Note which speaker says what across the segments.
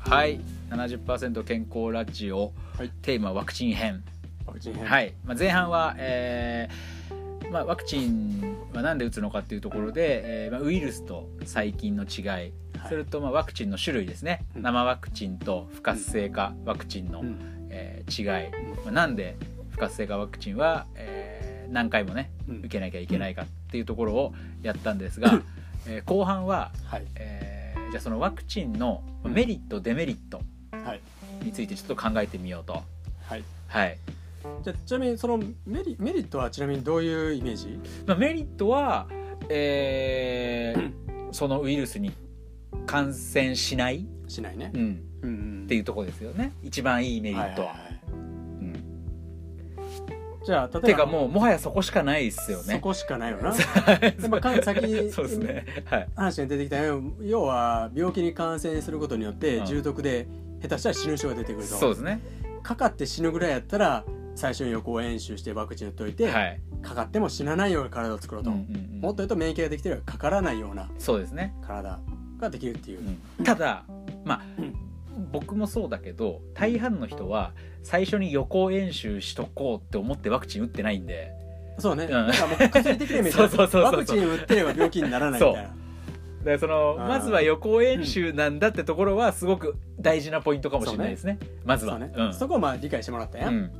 Speaker 1: はい70%健康ラジオ、
Speaker 2: はい
Speaker 1: テーマはワクチン編、
Speaker 2: ワクチン編
Speaker 1: はいまあ、前半は、えーまあ、ワクチンはなんで打つのかっていうところで、えーまあ、ウイルスと細菌の違い
Speaker 2: はい
Speaker 1: それと、まあ、ワクチンの種類ですね、
Speaker 2: うん
Speaker 1: 生ワクチンと不活性化ワクチンの、
Speaker 2: うん
Speaker 1: えー違い、まあ、なんで不活性化ワクチンは、えー何回もね
Speaker 2: うん
Speaker 1: 受けなきゃいけないかっていうところをやったんです が、えー後半は、
Speaker 2: はい
Speaker 1: えーじゃあそのワクチンの
Speaker 2: うん
Speaker 1: メリット、デメリット
Speaker 2: はい
Speaker 1: についてちょっと考えてみようと。
Speaker 2: はい
Speaker 1: はい
Speaker 2: じゃあちなみにそのメリメリットはちなみにどういうイメージ
Speaker 1: まあ、メリットは、えー そのウイルスに感染しない、
Speaker 2: しないね
Speaker 1: うん、
Speaker 2: うんうん
Speaker 1: っていうところですよね一番いいメリ
Speaker 2: はい
Speaker 1: ッ
Speaker 2: はい
Speaker 1: ト。
Speaker 2: はい
Speaker 1: うん
Speaker 2: じゃあ
Speaker 1: て
Speaker 2: 例え
Speaker 1: か
Speaker 2: ば
Speaker 1: もうもはやそこしかないですよ
Speaker 2: そ
Speaker 1: ね。
Speaker 2: こしかないよな
Speaker 1: で
Speaker 2: まあか先 に
Speaker 1: そうですね。はい。
Speaker 2: 話に出てきたよ要は病気に感染することによって
Speaker 1: うん
Speaker 2: 重篤で下手したら死ぬ人が出てくる
Speaker 1: そう
Speaker 2: と
Speaker 1: ですね。
Speaker 2: かかって死ぬぐらいやったら最初に予行演習してワクチン打っといて、
Speaker 1: はい。
Speaker 2: かかっても死なないような体を作ろうと、
Speaker 1: うんうんうん
Speaker 2: もっと言うと免疫ができてるかからないような
Speaker 1: そうですね。
Speaker 2: 体ができるっていう、
Speaker 1: ただまあ
Speaker 2: うん
Speaker 1: 僕もそうだけど大半の人は最初に予行演習しとこうって思ってワクチン打ってないんで
Speaker 2: そうね、
Speaker 1: ん
Speaker 2: なんかもう薬的なイメージ
Speaker 1: そうそうそうそう
Speaker 2: ワクチン打ってれば病気にならないみたいな
Speaker 1: だからその
Speaker 2: あー
Speaker 1: まずは予行演習なんだってところはすごく大事なポイントかもしれないですねまず
Speaker 2: そ
Speaker 1: は
Speaker 2: う、ね
Speaker 1: うん
Speaker 2: そこをまあ理解してもらったや、、
Speaker 1: うんん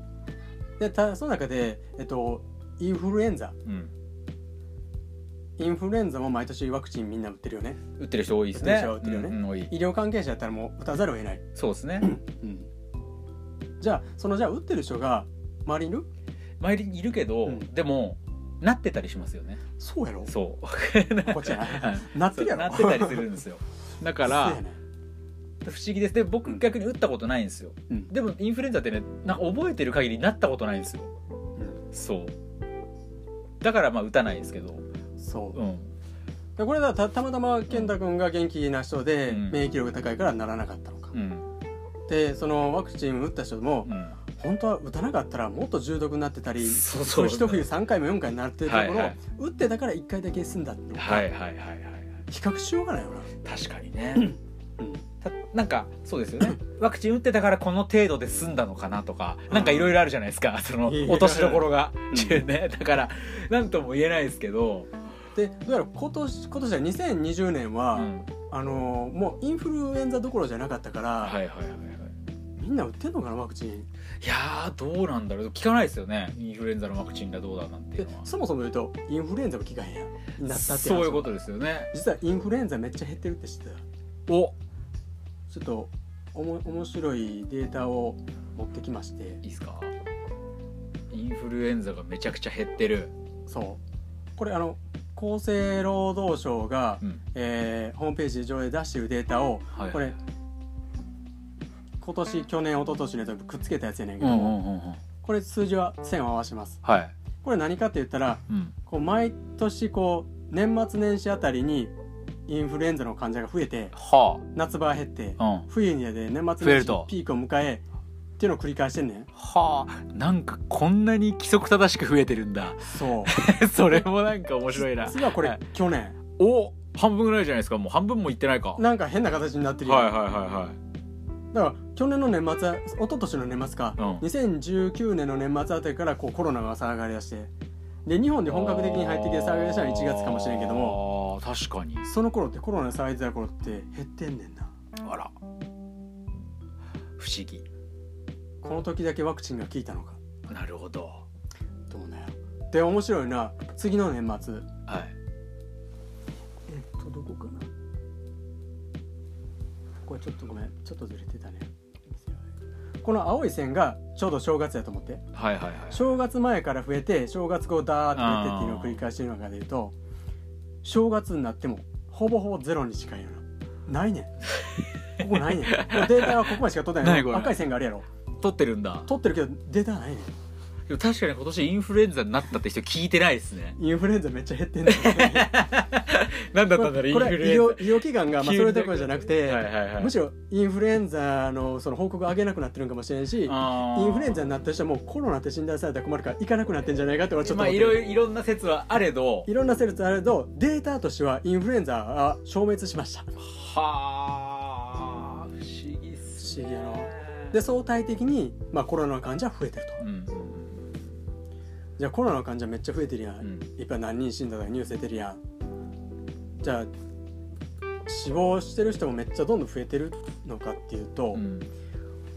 Speaker 2: でたその中で、えっと、インフルエンザ
Speaker 1: うん
Speaker 2: インフルエンザも毎年ワクチンみんな打ってるよね
Speaker 1: 打ってる人多いです
Speaker 2: 打
Speaker 1: ね
Speaker 2: ってる人は打ってるよね
Speaker 1: うんうん多い
Speaker 2: 医療関係者やったらもう打たざるを得ない、
Speaker 1: そうですね
Speaker 2: じゃあそのじゃあ打ってる人が周りにいる
Speaker 1: 周りにいるけど、
Speaker 2: うん
Speaker 1: でもなってたりしますよね
Speaker 2: そうやろ
Speaker 1: そう
Speaker 2: こっちやな
Speaker 1: はい
Speaker 2: なってるやろ
Speaker 1: なってたりするんです よだか
Speaker 2: そう
Speaker 1: ら
Speaker 2: やね
Speaker 1: 不思議ですで僕逆に打ったことないんですよ、
Speaker 2: うん
Speaker 1: でもインフルエンザってねなんか覚えてる限りなったことないんですよ
Speaker 2: うん
Speaker 1: そうだからまあ打たないですけど
Speaker 2: そう
Speaker 1: うん
Speaker 2: でこれだたたまたま健太君が元気な人で、
Speaker 1: うん
Speaker 2: 免疫力が高いからならなかったのか、
Speaker 1: うん
Speaker 2: でそのワクチン打った人も、
Speaker 1: う
Speaker 2: 本当は打たなかったらもっと重篤になってたり
Speaker 1: んそうそう
Speaker 2: 一冬3回も4回になってるところ、
Speaker 1: はいはい
Speaker 2: 打ってたから1回だけ済んだってのが
Speaker 1: はいはいはいはい
Speaker 2: 比較しようがないよな、
Speaker 1: 確かにね
Speaker 2: うん
Speaker 1: たなんかそうですよねワクチン打ってたからこの程度で済んだのかなとかなんかいろいろあるじゃないですか その
Speaker 2: いやいや
Speaker 1: 落としどころが
Speaker 2: うん
Speaker 1: 中ね だからなんとも言えないですけど
Speaker 2: でどうやら今年今年は2020年は、
Speaker 1: うん
Speaker 2: あのーもうインフルエンザどころじゃなかったから、
Speaker 1: はいはいはいはい
Speaker 2: みんな打ってんのかなワクチン
Speaker 1: いやーどうなんだろう聞かないですよねインフルエンザのワクチンがどうだなんてい
Speaker 2: で
Speaker 1: うのは
Speaker 2: そもそも言うとインフルエンザも効かへんやんなったって話
Speaker 1: そういうことですよね
Speaker 2: 実はインフルエンザめっちゃ減ってるって知ってた
Speaker 1: お
Speaker 2: ちょっとおも面白いデータを持ってきまして
Speaker 1: いいですかインフルエンザがめちゃくちゃ減ってる、
Speaker 2: そうこれあの厚生労働省が、
Speaker 1: うん
Speaker 2: えーホームページ上で出しているデータを
Speaker 1: はい
Speaker 2: これ今年去年一昨年のやつとくっつけたやつやねんけ
Speaker 1: うん
Speaker 2: ど
Speaker 1: う
Speaker 2: も、
Speaker 1: んうんうん
Speaker 2: これ数字は線を合わせます
Speaker 1: はい、
Speaker 2: これ何かって言ったら
Speaker 1: うん、
Speaker 2: こう毎年こう年末年始あたりにインフルエンザの患者が増えて
Speaker 1: は
Speaker 2: 夏場は減って
Speaker 1: あうん
Speaker 2: 冬にはで年末
Speaker 1: 増え
Speaker 2: 年
Speaker 1: る
Speaker 2: 始
Speaker 1: と
Speaker 2: ピークを迎えっていうのを繰り返してんねん
Speaker 1: はあなんかこんなに規則正しく増えてるんだ
Speaker 2: そう
Speaker 1: それもなんか面白いな
Speaker 2: 次はこれ、
Speaker 1: はい
Speaker 2: 去年
Speaker 1: お半分ぐらいじゃないですかもう半分もいってないかはい
Speaker 2: なんか変な形になってるよ、
Speaker 1: はいはいはい
Speaker 2: だから去年の年末一昨年の年末か、
Speaker 1: うん
Speaker 2: 2019年の年末あたりからこうコロナが騒がりだしてで日本で本格的に入ってきて騒がりだしたのは1月かもしれんけども
Speaker 1: もあー確かに
Speaker 2: その頃ってコロナ騒いでた頃って減ってんねんな
Speaker 1: あら不思議
Speaker 2: この時だけワクチンが効いたのか
Speaker 1: なるほど
Speaker 2: どうなんやろで面白いな次の年末
Speaker 1: はい
Speaker 2: えっとどこかなこれちょっとごめんちょっとずれてたねこの青い線がちょうど正月やと思って
Speaker 1: はいはいはい
Speaker 2: 正月前から増えて正月後ダーッと減ってっていうのを繰り返してる中で言うと正月になってもほぼほぼゼロに近いよなないね んここないねんデータはここまでしか取ってな
Speaker 1: ないいこれ
Speaker 2: 赤い線があるやろ
Speaker 1: 撮ってるんだ
Speaker 2: 取ってるけどデータないね
Speaker 1: でも確かに今年インフルエンザになったって人聞いてないですね
Speaker 2: んインフルエンザめっちゃ減ってんねんこ
Speaker 1: 何だったんだろう
Speaker 2: れ
Speaker 1: イ
Speaker 2: こ
Speaker 1: ン
Speaker 2: れ
Speaker 1: フ
Speaker 2: は医
Speaker 1: ルエンザ
Speaker 2: 療医療機関がまあそれどころじゃなくて、
Speaker 1: はいはいはい
Speaker 2: むしろインフルエンザのその報告上げなくなってるんかもしれんしイ
Speaker 1: あー
Speaker 2: ンフルエンザになった人はもうコロナって診断されたら困るから行かなくなってんじゃないかって俺はちょっと
Speaker 1: まあ
Speaker 2: 思って
Speaker 1: い
Speaker 2: る
Speaker 1: ろいろいろんな説はあれど
Speaker 2: いろんなセルツあるけどデータとしてはインフルエンザは消滅しました
Speaker 1: はあ不思議っ
Speaker 2: 不思議やなで相対的に、まあ、コロナの患者は増えてると、
Speaker 1: うん
Speaker 2: じゃあコロナの患者めっちゃ増えてるやん、
Speaker 1: うん
Speaker 2: いっぱい何人死んだとかニュース出てるやんじゃあ死亡してる人もめっちゃどんどん増えてるのかっていうと、
Speaker 1: うん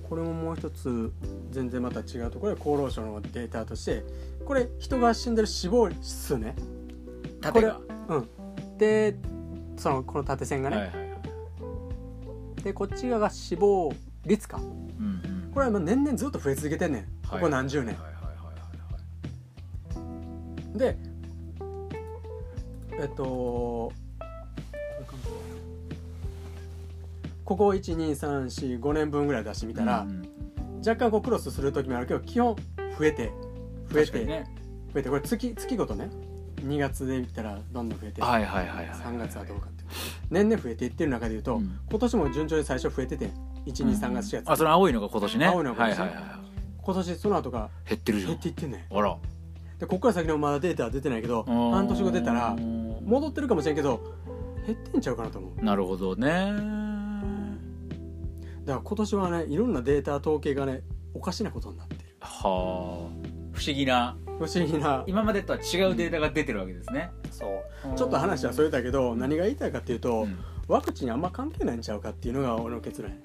Speaker 2: これももう一つ全然また違うところで厚労省のデータとしてこれ人が死んでる死亡数ね
Speaker 1: 縦がは
Speaker 2: うんでそのこの縦線が
Speaker 1: い
Speaker 2: ね、
Speaker 1: はいはい
Speaker 2: でこっち側が死亡率か
Speaker 1: うんうん
Speaker 2: これはもう年々ずっと増え続けてんねんここ何十年、
Speaker 1: はいはいはいはいはい
Speaker 2: でえっとこれかなここ12345年分ぐらい出してみたら、
Speaker 1: うん
Speaker 2: 若干こうクロスする時もあるけど基本増えて増
Speaker 1: 確
Speaker 2: え
Speaker 1: か
Speaker 2: て、
Speaker 1: にね
Speaker 2: 増えてこれ月月ごとね2月で見たらどんどん増えて、
Speaker 1: はいはいはいはい
Speaker 2: 3月はどうかっていう年々増えていってる中で言うと、
Speaker 1: うん
Speaker 2: 今年も順調に最初増えてて123月4月、
Speaker 1: あその青いのが今年ね
Speaker 2: 青いのが今年
Speaker 1: はいはいはいは
Speaker 2: 今年その後が
Speaker 1: い減ってるじゃん
Speaker 2: 減っていってんね
Speaker 1: あら
Speaker 2: んでこっから先のまだデータは出てないけど半年後出たら
Speaker 1: うん
Speaker 2: 戻ってるかもしれんけど減ってんちゃうかなと思うだ
Speaker 1: なるほどね
Speaker 2: から今年はねいろんなデータ統計がねおかしなことになってる
Speaker 1: はあ不思議な
Speaker 2: 不思議な
Speaker 1: 今までとは違うデータが出てるわけですね
Speaker 2: そうちょっと話はそれだけど何が言いたいかっていうと、
Speaker 1: うん
Speaker 2: ワクチンあんま関係ないんちゃうかっていうのが俺の結論や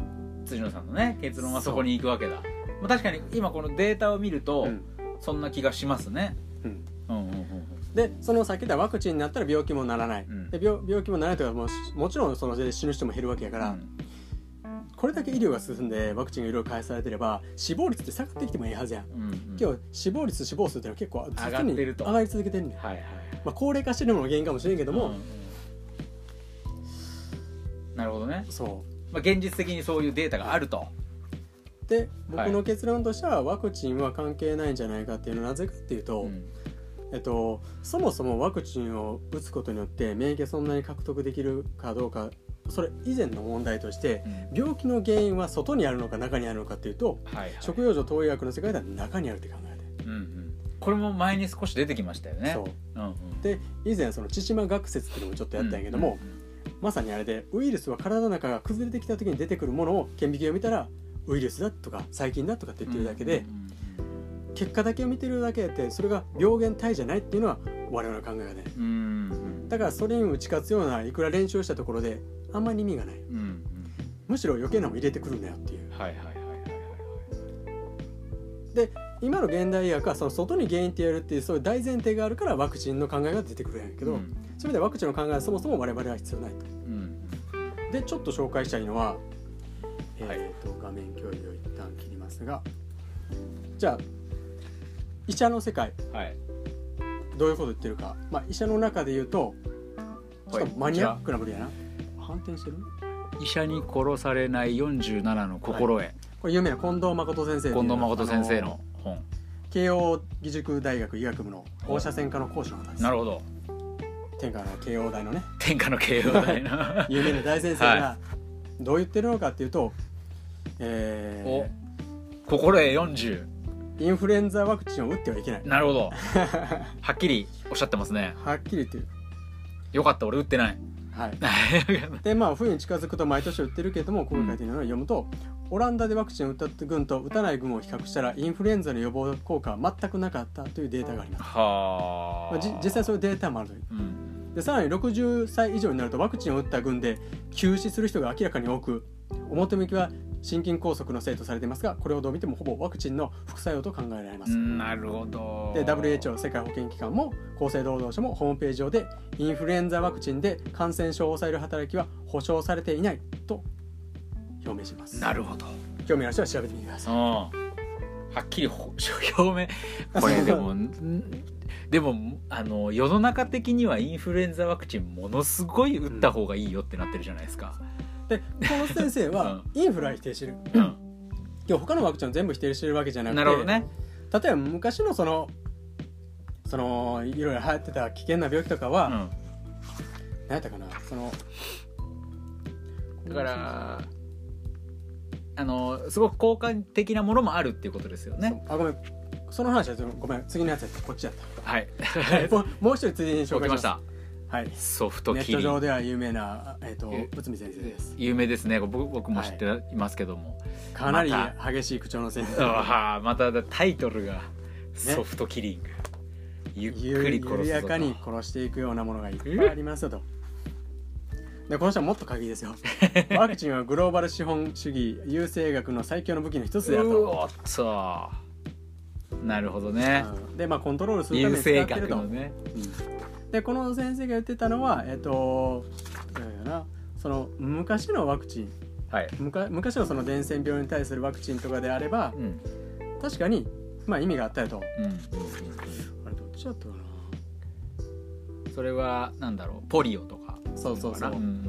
Speaker 1: 辻野さんのね結論はそこに行くわけだまあ確かに今このデータを見ると
Speaker 2: うん
Speaker 1: そんな気がしますね
Speaker 2: うん
Speaker 1: うんうんうん
Speaker 2: でそのさっき言ったワクチンになったら病気もならない、
Speaker 1: うん
Speaker 2: で病病気もならないというかもうしもちろんその死ぬ人も減るわけやか
Speaker 1: う
Speaker 2: ら、
Speaker 1: ん
Speaker 2: これだけ医療が進んでワクチンがいろいろ返されてれば死亡率って下がってきてもいいはずやん、
Speaker 1: うんうん
Speaker 2: 今日死亡率死亡数っていうのは結構ず
Speaker 1: 上がってると
Speaker 2: 上がり続けてるねん、
Speaker 1: はいはいはい
Speaker 2: まあ、高齢化してるのも原因かもしれんけども、
Speaker 1: うんなるほどね、
Speaker 2: そ
Speaker 1: まあ、現実的にそういうデータがあると
Speaker 2: うで僕
Speaker 1: は
Speaker 2: の結論としてはワクチンは関係ないんじゃないかっていうのはなぜかっていうと、
Speaker 1: うん
Speaker 2: えっと、そもそもワクチンを打つことによって免疫がそんなに獲得できるかどうかそれ以前の問題として
Speaker 1: うん
Speaker 2: 病気の原因は外にあるのか中にあるのかっていうと
Speaker 1: はいはい
Speaker 2: 食用上投与薬の世界では中にあるって考えて、
Speaker 1: うんうんこれも前に少し出てきましたよね
Speaker 2: そう
Speaker 1: うんうん
Speaker 2: で以前その千島学説っていうのもちょっとやったんやけども、
Speaker 1: うんうんうん
Speaker 2: まさにあれでウイルスは体の中が崩れてきた時に出てくるものを顕微鏡を見たらウイルスだとか細菌だとかって言ってるだけで、
Speaker 1: うん
Speaker 2: 結果だけを見てるだけでそれが病原体じゃないっていうのは我々の考えがね
Speaker 1: うんうん
Speaker 2: だからそれに打ち勝つようないくら練習をしたところであんまり意味がない
Speaker 1: うんうん
Speaker 2: むしろ余計なもん入れてくるんだよっていう
Speaker 1: はいはいはいはいはい
Speaker 2: 今の現代医学はその外に原因ってやるっていうそういう大前提があるからワクチンの考えが出てくるんやけど、
Speaker 1: うん
Speaker 2: それでワクチンの考えはそもそも我々は必要ないと
Speaker 1: うん
Speaker 2: でちょっと紹介したいのは、え
Speaker 1: はい
Speaker 2: ー、と画面共有を一旦切りますがじゃあ医者の世界
Speaker 1: うんはい
Speaker 2: どういうこと言ってるか、まあ、医者の中で言うとちょっとマニアックな部類やな反転してる
Speaker 1: 医者に殺されない47の心得、
Speaker 2: これ有名な近藤誠先生っていう
Speaker 1: 近藤誠先生
Speaker 2: あ
Speaker 1: の本
Speaker 2: 慶応義塾大学医学部の放射線科の講師の方です
Speaker 1: なるほど
Speaker 2: 天下の慶応大のね
Speaker 1: 天下の慶応大の
Speaker 2: 有名な大先生
Speaker 1: は
Speaker 2: がどう言ってるのかっていうと、 えー
Speaker 1: お心得40
Speaker 2: インフルエンザワクチンを打ってはいけない
Speaker 1: なるほどはっきりおっしゃってますね
Speaker 2: はっきり言ってる
Speaker 1: よかった俺打ってない
Speaker 2: はいでまあ冬に近づくと毎年売ってるけれどもこの書いてるのを読むと、オランダでワクチンを打った軍と打たない軍を比較したらインフルエンザの予防効果は全くなかったというデータがあります、
Speaker 1: はあ
Speaker 2: まあ、じ実際そういうデータもあるという
Speaker 1: うん
Speaker 2: でさらに60歳以上になるとワクチンを打った軍で急死する人が明らかに多く表向きは心筋梗塞のせいとされていますがこれをどう見てもほぼワクチンの副作用と考えられま
Speaker 1: う
Speaker 2: す、
Speaker 1: んなるほど
Speaker 2: で WHO 世界保健機関も厚生労働省もホームページ上でインフルエンザワクチンで感染症を抑える働きは保証されていないと表明します
Speaker 1: なるほど
Speaker 2: 興味のある人は調べてみてくだ
Speaker 1: う
Speaker 2: さ
Speaker 1: ん
Speaker 2: い
Speaker 1: はっきりほ 表明これでもんでもあの世の中的にはインフルエンザワクチンものすごい打った方がいいよってなってるじゃないですか、
Speaker 2: でこの先生はインフルは否定してる
Speaker 1: うん
Speaker 2: 今日他のワクチンを全部否定してるわけじゃなくて
Speaker 1: なるほどね
Speaker 2: 例えば昔のそのそのいろいろ流行ってた危険な病気とかは、
Speaker 1: うん
Speaker 2: 何やったかなその
Speaker 1: だからあのすごく効果的なものもあるっていうことですよね
Speaker 2: あごめんその話はごめん次のやつやったこっちやった
Speaker 1: はい
Speaker 2: もうもう一人ついでに紹
Speaker 1: 起き
Speaker 2: 介し
Speaker 1: ま
Speaker 2: ま
Speaker 1: し
Speaker 2: す
Speaker 1: た
Speaker 2: はい
Speaker 1: ソフト
Speaker 2: ネ
Speaker 1: キ
Speaker 2: ット
Speaker 1: リ
Speaker 2: 上
Speaker 1: ン
Speaker 2: では有名な、えっと
Speaker 1: え
Speaker 2: 内海先生です
Speaker 1: 有名ですね僕僕も知っていますけども、
Speaker 2: かなり
Speaker 1: ま
Speaker 2: 激しい口調の先生
Speaker 1: ああまたタイトルが「ソフトキリング」ゆっ
Speaker 2: ゆ
Speaker 1: くり殺すぞと
Speaker 2: 緩やかに殺していくようなものがいっぱいあります よと。でこの人はもっと過激ですよワクチンはグローバル資本主義優勢学の最強の武器の一つである
Speaker 1: う
Speaker 2: と、
Speaker 1: おっとなるほどね
Speaker 2: うんでまあコントロールするため
Speaker 1: 優
Speaker 2: に使
Speaker 1: 勢
Speaker 2: って
Speaker 1: 学
Speaker 2: ると、
Speaker 1: のね
Speaker 2: うんでこの先生が言ってたのはえっ、とどうやろなその昔のワクチン
Speaker 1: はい、
Speaker 2: むか昔のその伝染病に対するワクチンとかであれば
Speaker 1: うん
Speaker 2: 確かにまあ意味があったよと
Speaker 1: うん
Speaker 2: あれどっちだったかな
Speaker 1: それはなんだろうポリオとか
Speaker 2: そうそうそう
Speaker 1: かなうん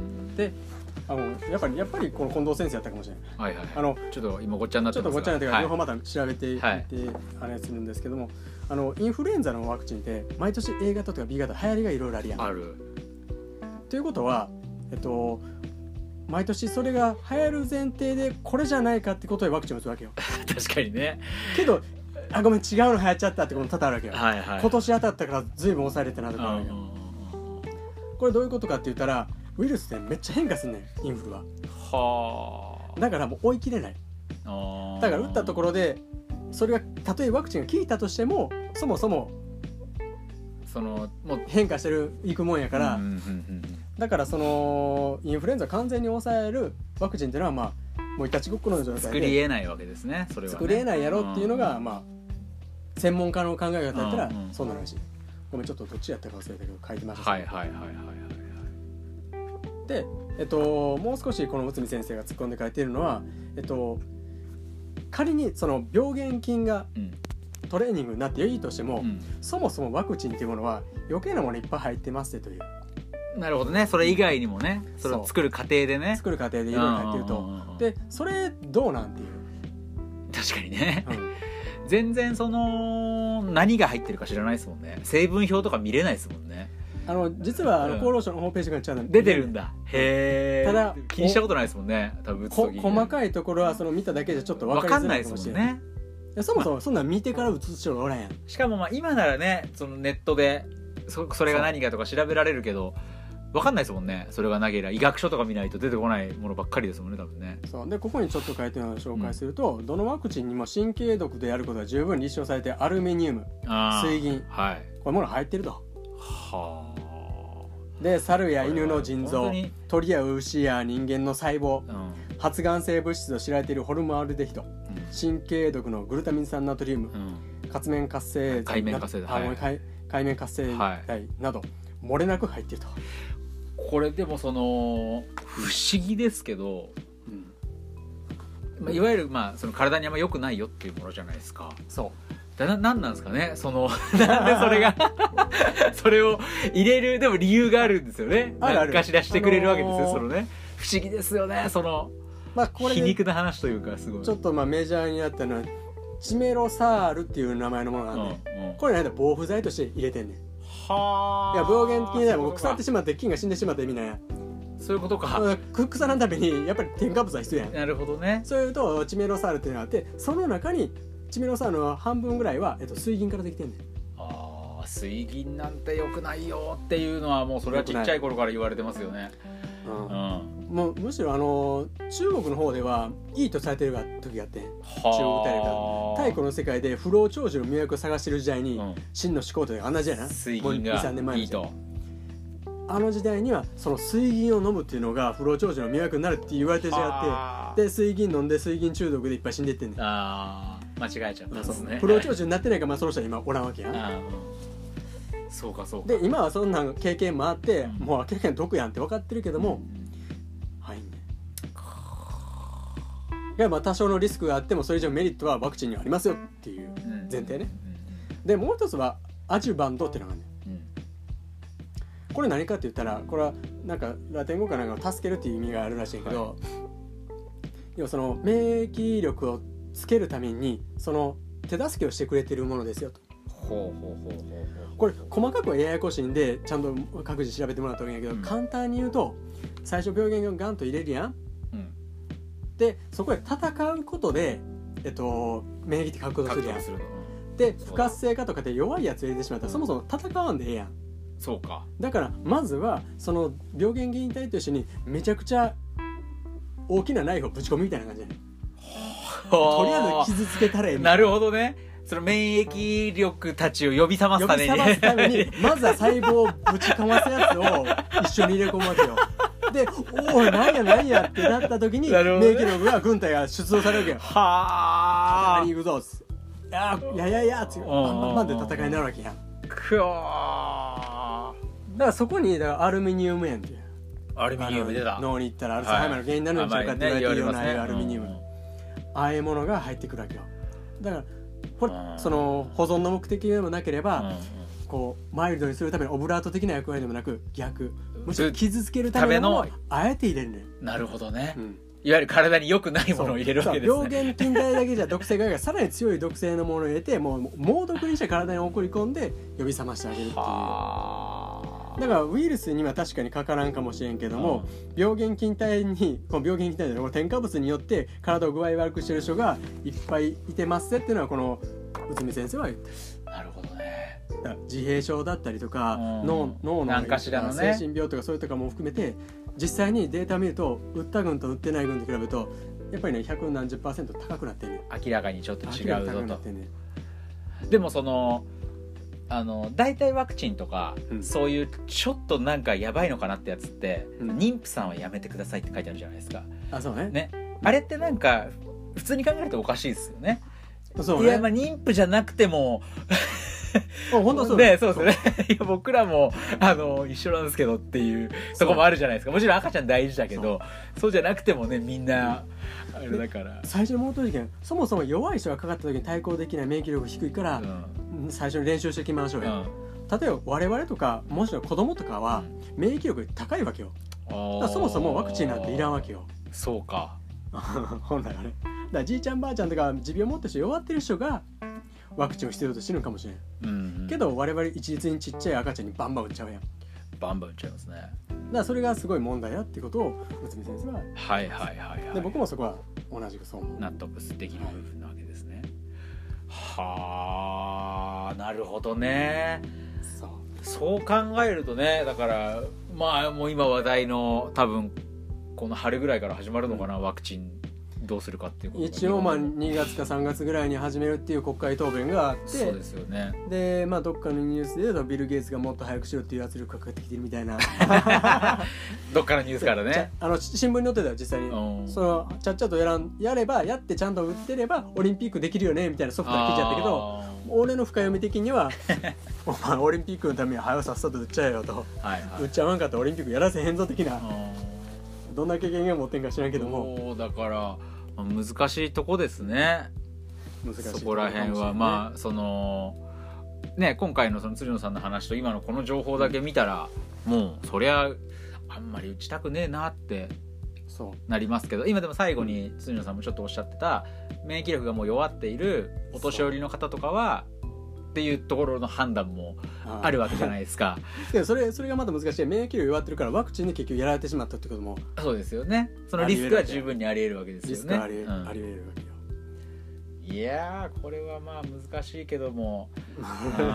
Speaker 2: あもうやっぱりやっぱりこの近藤先生やったかもしれな
Speaker 1: は
Speaker 2: い
Speaker 1: いはい
Speaker 2: あの
Speaker 1: ちょっと今ごっちゃになっ
Speaker 2: ち
Speaker 1: て
Speaker 2: ょっと
Speaker 1: ます
Speaker 2: ご
Speaker 1: が
Speaker 2: っちゃになってるから、両方また調べていって、
Speaker 1: はい
Speaker 2: あれするんですけどもあのインフルエンザのワクチンって毎年 A 型とか B 型流行りがいろいろあるやん。
Speaker 1: はい、ある
Speaker 2: ということは、えっと、毎年それが流行る前提でこれじゃないかってことでワクチンを打つ わけよ。
Speaker 1: 確かにね
Speaker 2: けどあごめん違うの流行っちゃったってことも多々あるわけよ。
Speaker 1: はいはい
Speaker 2: 今年当たったからずいぶん抑えれてなとかあるわけ
Speaker 1: う
Speaker 2: よ
Speaker 1: んうんうんうん
Speaker 2: これどういうことかって言ったらウイルスってめっちゃ変化すんねんインフルは
Speaker 1: は
Speaker 2: だからもう追い切れない
Speaker 1: あ
Speaker 2: だから打ったところでそれがたとえワクチンが効いたとしてもそもそも
Speaker 1: そのもう
Speaker 2: 変化してるいくもんやから、
Speaker 1: うんうんうん
Speaker 2: だからそのインフルエンザを完全に抑えるワクチンっていうのはまあもういたちごっこの状
Speaker 1: うん、
Speaker 2: 態
Speaker 1: 作
Speaker 2: で
Speaker 1: りえないわけですねそれは、ね、
Speaker 2: 作れないやろっていうのが、まあ専門家の考え方やったら
Speaker 1: うんうん
Speaker 2: そうなるらしい、ごめんちょっとどっちやったか忘れたけど書いてました、
Speaker 1: はいはいはいはいはいはい
Speaker 2: で、えっと、もう少しこの内海先生が突っ込んで書いているのは、えっと、仮にその病原菌が
Speaker 1: うん
Speaker 2: トレーニングになっていいとしても、
Speaker 1: う、
Speaker 2: そもそもワクチンっていうものは余計なものいっぱい入ってますというん
Speaker 1: なるほどねそれ以外にもねそれを作る過程でね
Speaker 2: 作る過程でいろいろ入ってる
Speaker 1: うん
Speaker 2: と
Speaker 1: うんうんうん
Speaker 2: でそれどうなんていう、
Speaker 1: 確かにね
Speaker 2: うん
Speaker 1: 全然その何が入ってるか知らないですもんね成分表とか見れないですもんね
Speaker 2: あの実はあの
Speaker 1: うん
Speaker 2: 厚労省のホームページがちゃんと
Speaker 1: 出てるんだへえ
Speaker 2: ただ
Speaker 1: 気にしたことないですもんね多分打つ
Speaker 2: こ
Speaker 1: 時
Speaker 2: 細
Speaker 1: い
Speaker 2: かいところはその見ただけじゃちょっと分
Speaker 1: 分
Speaker 2: か
Speaker 1: か
Speaker 2: り
Speaker 1: ん
Speaker 2: づ
Speaker 1: な
Speaker 2: ら
Speaker 1: い
Speaker 2: い
Speaker 1: で
Speaker 2: か
Speaker 1: す
Speaker 2: も
Speaker 1: も
Speaker 2: しれ
Speaker 1: ん
Speaker 2: ない
Speaker 1: ね
Speaker 2: いやそもそもそんなん見てから打つ人がおらんやん
Speaker 1: しかもまあ今ならねそのネットでそそれが何かとか調べられるけど分かんないですもんねそれがなければ医学書とか見ないと出てこないものばっかりですもんね多分ね
Speaker 2: そうでここにちょっと書いてあるのを紹介すると、どのワクチンにも神経毒であることが十分立証されてアルミニウム
Speaker 1: あー
Speaker 2: 水銀
Speaker 1: はい
Speaker 2: こういうもの入ってると
Speaker 1: は
Speaker 2: で猿
Speaker 1: あ
Speaker 2: や犬の腎臓
Speaker 1: 本
Speaker 2: 鳥や牛や人間の細胞
Speaker 1: 当に
Speaker 2: 発がん性物質と知られているホルムアルデヒド神経毒のグルタミン酸ナトリウム
Speaker 1: うん、うん
Speaker 2: 活面活性
Speaker 1: 海
Speaker 2: 剤
Speaker 1: 面活性剤
Speaker 2: など
Speaker 1: は
Speaker 2: あ
Speaker 1: い
Speaker 2: ごめん海海面活性剤など、漏れなく入ってると、
Speaker 1: これでもその不思議ですけど、まあ、いわゆるまあその体にあんま良くないよっていうものじゃないですか
Speaker 2: そ
Speaker 1: だななんなんですかねその なんでそれが それを入れるでも理由があるんですよね
Speaker 2: あるある
Speaker 1: 何かしらしてくれるわけですよ、
Speaker 2: あのー
Speaker 1: そのね不思議ですよねその
Speaker 2: うまあこれ
Speaker 1: 皮
Speaker 2: で
Speaker 1: 肉な話というかすごい
Speaker 2: ちょっとまあメジャーになったのはチメロサールっていう名前のものなん
Speaker 1: うん
Speaker 2: で、
Speaker 1: うん
Speaker 2: これなんだ防腐剤として入れてんねんい
Speaker 1: はあ
Speaker 2: や病原菌剤も腐って
Speaker 1: し
Speaker 2: しまって菌が死んでしまってみんなや
Speaker 1: そういうことか、
Speaker 2: うんく腐らんためにやっぱり添加物は必要やん
Speaker 1: なるほどね
Speaker 2: そういうとチメロサールっていうのがあってその中にチメロサールの半分ぐらいは、えっと、水銀からできてんねん
Speaker 1: ああ水銀なんて良くないよっていうのはもうそれはちっちゃい頃から言われてますよね
Speaker 2: うん
Speaker 1: うん
Speaker 2: もうむしろあの中国の方ではいいとされてる時があって
Speaker 1: は
Speaker 2: 太古の世界で不老長寿の魅惑を探してる時代に、
Speaker 1: う、
Speaker 2: 真の始皇帝が同じやなん
Speaker 1: 水
Speaker 2: もう
Speaker 1: 銀
Speaker 2: 2 3年
Speaker 1: が
Speaker 2: 前
Speaker 1: い
Speaker 2: の
Speaker 1: い
Speaker 2: 時代
Speaker 1: と
Speaker 2: あの時代にはその水銀を飲むっていうのが不老長寿の魅惑になるって言われてる時代があ
Speaker 1: あ
Speaker 2: っ
Speaker 1: ー
Speaker 2: てで水銀飲んで水銀中毒でいっぱい死んでってんねん
Speaker 1: あー間違えちゃったんですね
Speaker 2: 不老長寿になってないから、まあ、その人は今おらんわけやん
Speaker 1: あーうんそうかそうか
Speaker 2: で今はそんなん経験もあって、
Speaker 1: うん
Speaker 2: もう明らかに毒やんって分かってるけども、
Speaker 1: うん
Speaker 2: はいねがまあ多少のリスクがあってもそれ以上メリットはワクチンにはありますよっていう
Speaker 1: うん
Speaker 2: 前提ね
Speaker 1: うん
Speaker 2: でもう一つはアジュバンドっていうのがあるね
Speaker 1: うん
Speaker 2: これ何かって言ったらこれはなんかラテン語かなんかを助けるっていう意味があるらしいんやけど、要はその免疫力をつけるためにその手助けをしてくれてるものですよと
Speaker 1: ほうほうほうほうほう
Speaker 2: これ細かくはややこしいんでちゃんと各自調べてもらった方がいいんやけど、
Speaker 1: うん
Speaker 2: 簡単に言うと最初病原をガンと入れるやん
Speaker 1: うん
Speaker 2: でそこで戦うことで、えっと、免疫って獲得す
Speaker 1: 獲
Speaker 2: るやん
Speaker 1: 得するの
Speaker 2: で不活性化とかで弱いやつ入れてしまったらそもそも戦わんでええやん
Speaker 1: うんそうか
Speaker 2: だからまずはその病原菌体と一緒にめちゃくちゃ大きなナイフをぶち込むみたいな感じじゃないとりあえず傷つけたらええみた
Speaker 1: ない
Speaker 2: な
Speaker 1: るほどねその免疫力たちを呼び覚ます
Speaker 2: 呼
Speaker 1: た
Speaker 2: び
Speaker 1: めに
Speaker 2: 覚ますためにまずは細胞をぶちかますやつを一緒に入れ込むわけよでおおなんやなんやってなった時に、
Speaker 1: な
Speaker 2: 免
Speaker 1: るほどね
Speaker 2: 疫力が軍隊が出動されるわけよ
Speaker 1: は
Speaker 2: 戦い
Speaker 1: あ
Speaker 2: に行くぞっついやーいやいやいやっつって
Speaker 1: うん
Speaker 2: バンバンバンって戦いになるわけやん
Speaker 1: くわ
Speaker 2: だからそこにだからアルミニウムやんって
Speaker 1: アルミニウム出た
Speaker 2: あの脳に行ったらアルツハイマーの原因になるんちゃうかって言われてるようなああいうアルミニウムのああいうものが入ってくるわけよだからこれ
Speaker 1: うん
Speaker 2: その保存の目的でもなければ、
Speaker 1: あ
Speaker 2: こうマイルドにするためのオブラート的な役割でもなく逆むしろ
Speaker 1: ぶ
Speaker 2: 傷つけるためのものを
Speaker 1: ための
Speaker 2: あえて入れるね、
Speaker 1: なるほどね
Speaker 2: うん、
Speaker 1: いわゆる体に良くないものを入れるわけです
Speaker 2: そう
Speaker 1: ね
Speaker 2: 病原菌体だけじゃ毒性があるからさらに強い毒性のものを入れてもう猛毒にして体に送り込んで呼び覚ましてあげるっていうだか
Speaker 1: はあ
Speaker 2: らウイルスには確かにかからんかもしれんけども、病原菌体にこの病原菌体の添加物によって体を具合悪くしてる人がいっぱいいてますぜっていうのはこの内海先生は言ってる
Speaker 1: なるほどね
Speaker 2: だから自閉症だったりとか
Speaker 1: うん
Speaker 2: 脳脳の
Speaker 1: 何かしらのね
Speaker 2: 精神病とかそういうとかも含めて実際にデータ見ると打った群と打ってない群と比べるとやっぱりね百何十パーセント高くなってるね
Speaker 1: 明らかにちょっと違う
Speaker 2: 明らかに高
Speaker 1: ぞ
Speaker 2: くな
Speaker 1: と
Speaker 2: ってるね
Speaker 1: でもそのあの大体ワクチンとか、
Speaker 2: うん
Speaker 1: そういうちょっとなんかやばいのかなってやつって、
Speaker 2: うん
Speaker 1: 妊婦さんはやめてくださいって書いてあるじゃないですか
Speaker 2: あそうね
Speaker 1: ねあれってなんか普通に考えるとおかしいですよね
Speaker 2: そう
Speaker 1: いやま
Speaker 2: ね
Speaker 1: あ妊婦じゃなくても
Speaker 2: もう本当そう
Speaker 1: ねそうですね いや僕らもあの一緒なんですけどっていうとこもあるじゃないですかもちろん赤ちゃん大事だけどそうじゃなくてもねみんな、あれだから、
Speaker 2: 最初のモート事件そもそも弱い人がかかった時に対抗できない免疫力が低いから
Speaker 1: う、ん
Speaker 2: うん最初に練習していきましょう
Speaker 1: う
Speaker 2: よ、
Speaker 1: ん
Speaker 2: 例えば我々とかもしくは子供とかは免疫力高いわけよだからそもそもワクチンなんていらんわけよ
Speaker 1: そうか
Speaker 2: 本来はねだからじいちゃんばあちゃんとか持病持ってる人弱ってる人がワクチンを必要としてるのかもしれ
Speaker 1: う
Speaker 2: ん
Speaker 1: ん
Speaker 2: けど我々一律にちっちゃい赤ちゃんにバンバン打っちゃうやんだか
Speaker 1: バンバン打っちゃいますね
Speaker 2: らそれがすごい問題だっていうことを内海先生は
Speaker 1: はいはいはいはい
Speaker 2: で僕もそこは同じくそう思う
Speaker 1: 納得できる部分なわけですねはあなるほどね
Speaker 2: そう
Speaker 1: そう考えるとねだからまあもう今話題の多分この春ぐらいから始まるのかな、ワクチンどうするかっていうことが
Speaker 2: 一応まあ2月か3月ぐらいに始めるっていう国会答弁があって
Speaker 1: そうですよね
Speaker 2: でまあどっかのニュースでビル・ゲイツがもっと早くしろっていう圧力がかかってきてるみたいな
Speaker 1: どっかのニュースから
Speaker 2: じゃ
Speaker 1: ね
Speaker 2: あのし新聞に載ってたよ実際に、
Speaker 1: うん
Speaker 2: そのちゃっちゃとやらんやればやってちゃんと売ってればオリンピックできるよねみたいなソフトが聞いちゃったけど
Speaker 1: あ
Speaker 2: 俺の深読み的 にはお前オリンピックのために早うさっさと売っちゃえよと
Speaker 1: ーはいはい
Speaker 2: 売っちゃわんかったらオリンピックやらせへんぞ的な
Speaker 1: あ
Speaker 2: どんな経験が持ってんか知らん
Speaker 1: ー
Speaker 2: けども
Speaker 1: そうだから難しいとこですね
Speaker 2: 難しい
Speaker 1: そ
Speaker 2: とろ
Speaker 1: こら辺
Speaker 2: かもしれな
Speaker 1: はいまあそのね今回のその鶴野さんの話と今のこの情報だけ見たら、もうそりゃあんまり打ちたくねえなって
Speaker 2: そう
Speaker 1: なりますけど今でも最後に鶴野さんもちょっとおっしゃってた免疫力がもう弱っているお年寄りの方とかはっていうところの判断もあるわけじゃないですか
Speaker 2: でもそれそれがまた難しい免疫力弱ってるからワクチンで結局やられてしまったってことも
Speaker 1: そうですよねそのリスクは十分にありえるわけです
Speaker 2: リ
Speaker 1: よね
Speaker 2: スクはあり,、
Speaker 1: うん
Speaker 2: あり得るわけよ
Speaker 1: いやーこれはまあ難しいけど もうん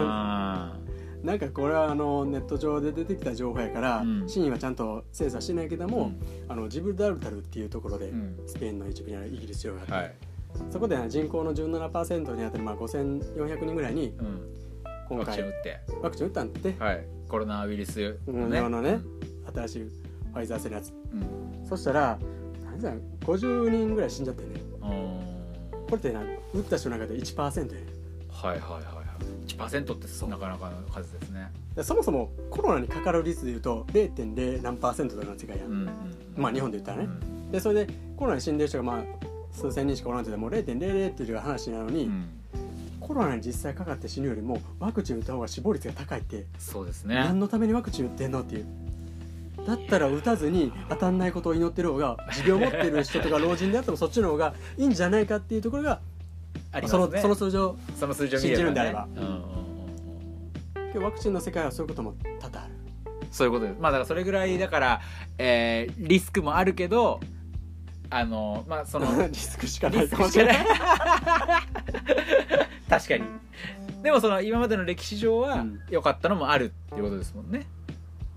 Speaker 2: なんかこれはあのネット上で出てきた情報やから、
Speaker 1: うん
Speaker 2: 真意はちゃんと精査してないけども、あのジブダルタルっていうところで、
Speaker 1: うん
Speaker 2: スペインの一部にあるイギリス領があって、
Speaker 1: はい、
Speaker 2: そこで、ね、人口の17%にあたる、まあ、5400人ぐらいに
Speaker 1: うん、
Speaker 2: 今
Speaker 1: ワクチン打
Speaker 2: 回
Speaker 1: って
Speaker 2: ワクチン打ったんで、
Speaker 1: はい、コロナウイルスのね。
Speaker 2: うんあのね新しいファイザー製のやつ
Speaker 1: うん。
Speaker 2: そしたら何だ50人ぐらい死んじゃってね
Speaker 1: うん
Speaker 2: これってな打った人の中で1%やね
Speaker 1: はいはいはいはい。一パーセントってなかなかの数ですね。
Speaker 2: でそもそもコロナにかかる率でいうと0.0何パーセントとかの世界や、
Speaker 1: うんんうん。
Speaker 2: まあ日本で言ったら
Speaker 1: う
Speaker 2: ね、
Speaker 1: ん
Speaker 2: でそれでコロナに死んでる人がまあ数千人しかおらんって言ったらもう0.00っていう話なのに、
Speaker 1: うん。
Speaker 2: コロナに実際かかって死ぬよりもワクチン打った方が死亡率が高いって
Speaker 1: そうです
Speaker 2: 何
Speaker 1: ね。
Speaker 2: のためにワクチン打ってんのっていうだったら打たずに当たんないことを祈ってる方が持病持ってる人とか老人であってもそっちの方がいいんじゃないかっていうところが、
Speaker 1: あります
Speaker 2: その
Speaker 1: ね。
Speaker 2: その数字を
Speaker 1: その数字を見
Speaker 2: 信じるんであれ
Speaker 1: ね
Speaker 2: ば
Speaker 1: うんうんうん
Speaker 2: 今日ワクチンの世界はそういうことも多々ある
Speaker 1: うん。そういうことです。まあだからそれぐらいだから、えー、リスクもあるけど、あのまあ その
Speaker 2: リスクしかないかもしれない
Speaker 1: リスクしかない 確かに。でもその今までの歴史上
Speaker 2: う
Speaker 1: は
Speaker 2: ん
Speaker 1: 良かったのもあるっていうことですもんね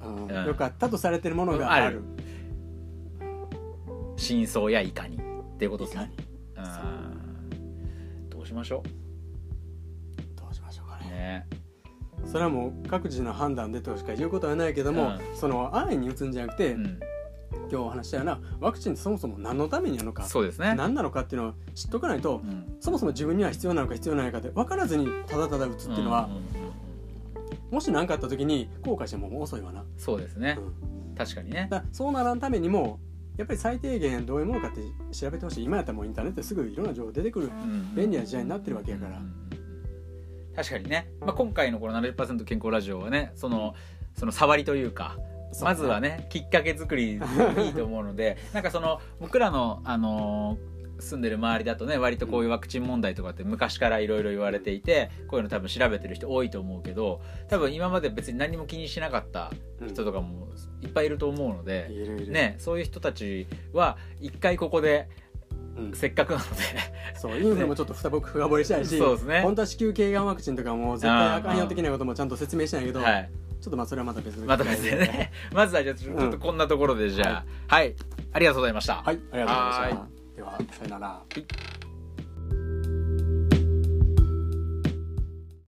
Speaker 2: うん
Speaker 1: うん
Speaker 2: よかったとされてるものがある
Speaker 1: 真相やいかにっていうこと
Speaker 2: い
Speaker 1: です
Speaker 2: か
Speaker 1: ね
Speaker 2: に
Speaker 1: うんどうしましょ
Speaker 2: どうしましょうか
Speaker 1: う
Speaker 2: ね
Speaker 1: ね
Speaker 2: それはもう各自の判断でとしか言うことはないけども、その安易に打つんじゃなくて、
Speaker 1: うん
Speaker 2: 今日お話ししたようなワクチンってそもそも何のためにやるのか、
Speaker 1: そうですね
Speaker 2: 何なのかっていうのを知っとかないと、
Speaker 1: うん
Speaker 2: そもそも自分には必要なのか必要ないのかって分からずにただただ打つっていうのは
Speaker 1: ん、んうんうん
Speaker 2: もし何かあった時に後悔してももう遅いわな、
Speaker 1: そうですね
Speaker 2: うん
Speaker 1: 確かにね
Speaker 2: だからそうならんためにもやっぱり最低限どういうものかって調べてほしい今やったらもうインターネットですぐいろんな情報出てくる便利な時代になってるわけやから
Speaker 1: うんうんうん確かにね、まあ、今回のこの70%健康ラジオはねそのその触りというか
Speaker 2: そう
Speaker 1: まずはねきっかけ作りでいいと思うの でなんかその僕らの、あのー住んでる周りだとね割とこういうワクチン問題とかって昔からいろいろ言われていてこういうの多分調べてる人多いと思うけど多分今まで別に何も気にしなかった
Speaker 2: うん
Speaker 1: 人とかもいっぱいいると思うの
Speaker 2: い
Speaker 1: で、
Speaker 2: るいる、
Speaker 1: ね、そういう人たちは一回ここで
Speaker 2: うん
Speaker 1: せっかくなの
Speaker 2: そうインフルもちょっと深く深掘りした
Speaker 1: で
Speaker 2: いし、
Speaker 1: そうですね
Speaker 2: 本。当は子宮頸がんワクチンとかも絶対あかんよ的なこともちゃんと説明しないけど、
Speaker 1: はい
Speaker 2: ちょっとまあそれはまた別の
Speaker 1: また別でね まずはじゃあちょっとちょっとこんなところでじゃあ、はい、ありがとうございました
Speaker 2: はいありがとうございま
Speaker 1: は
Speaker 2: したではさよなら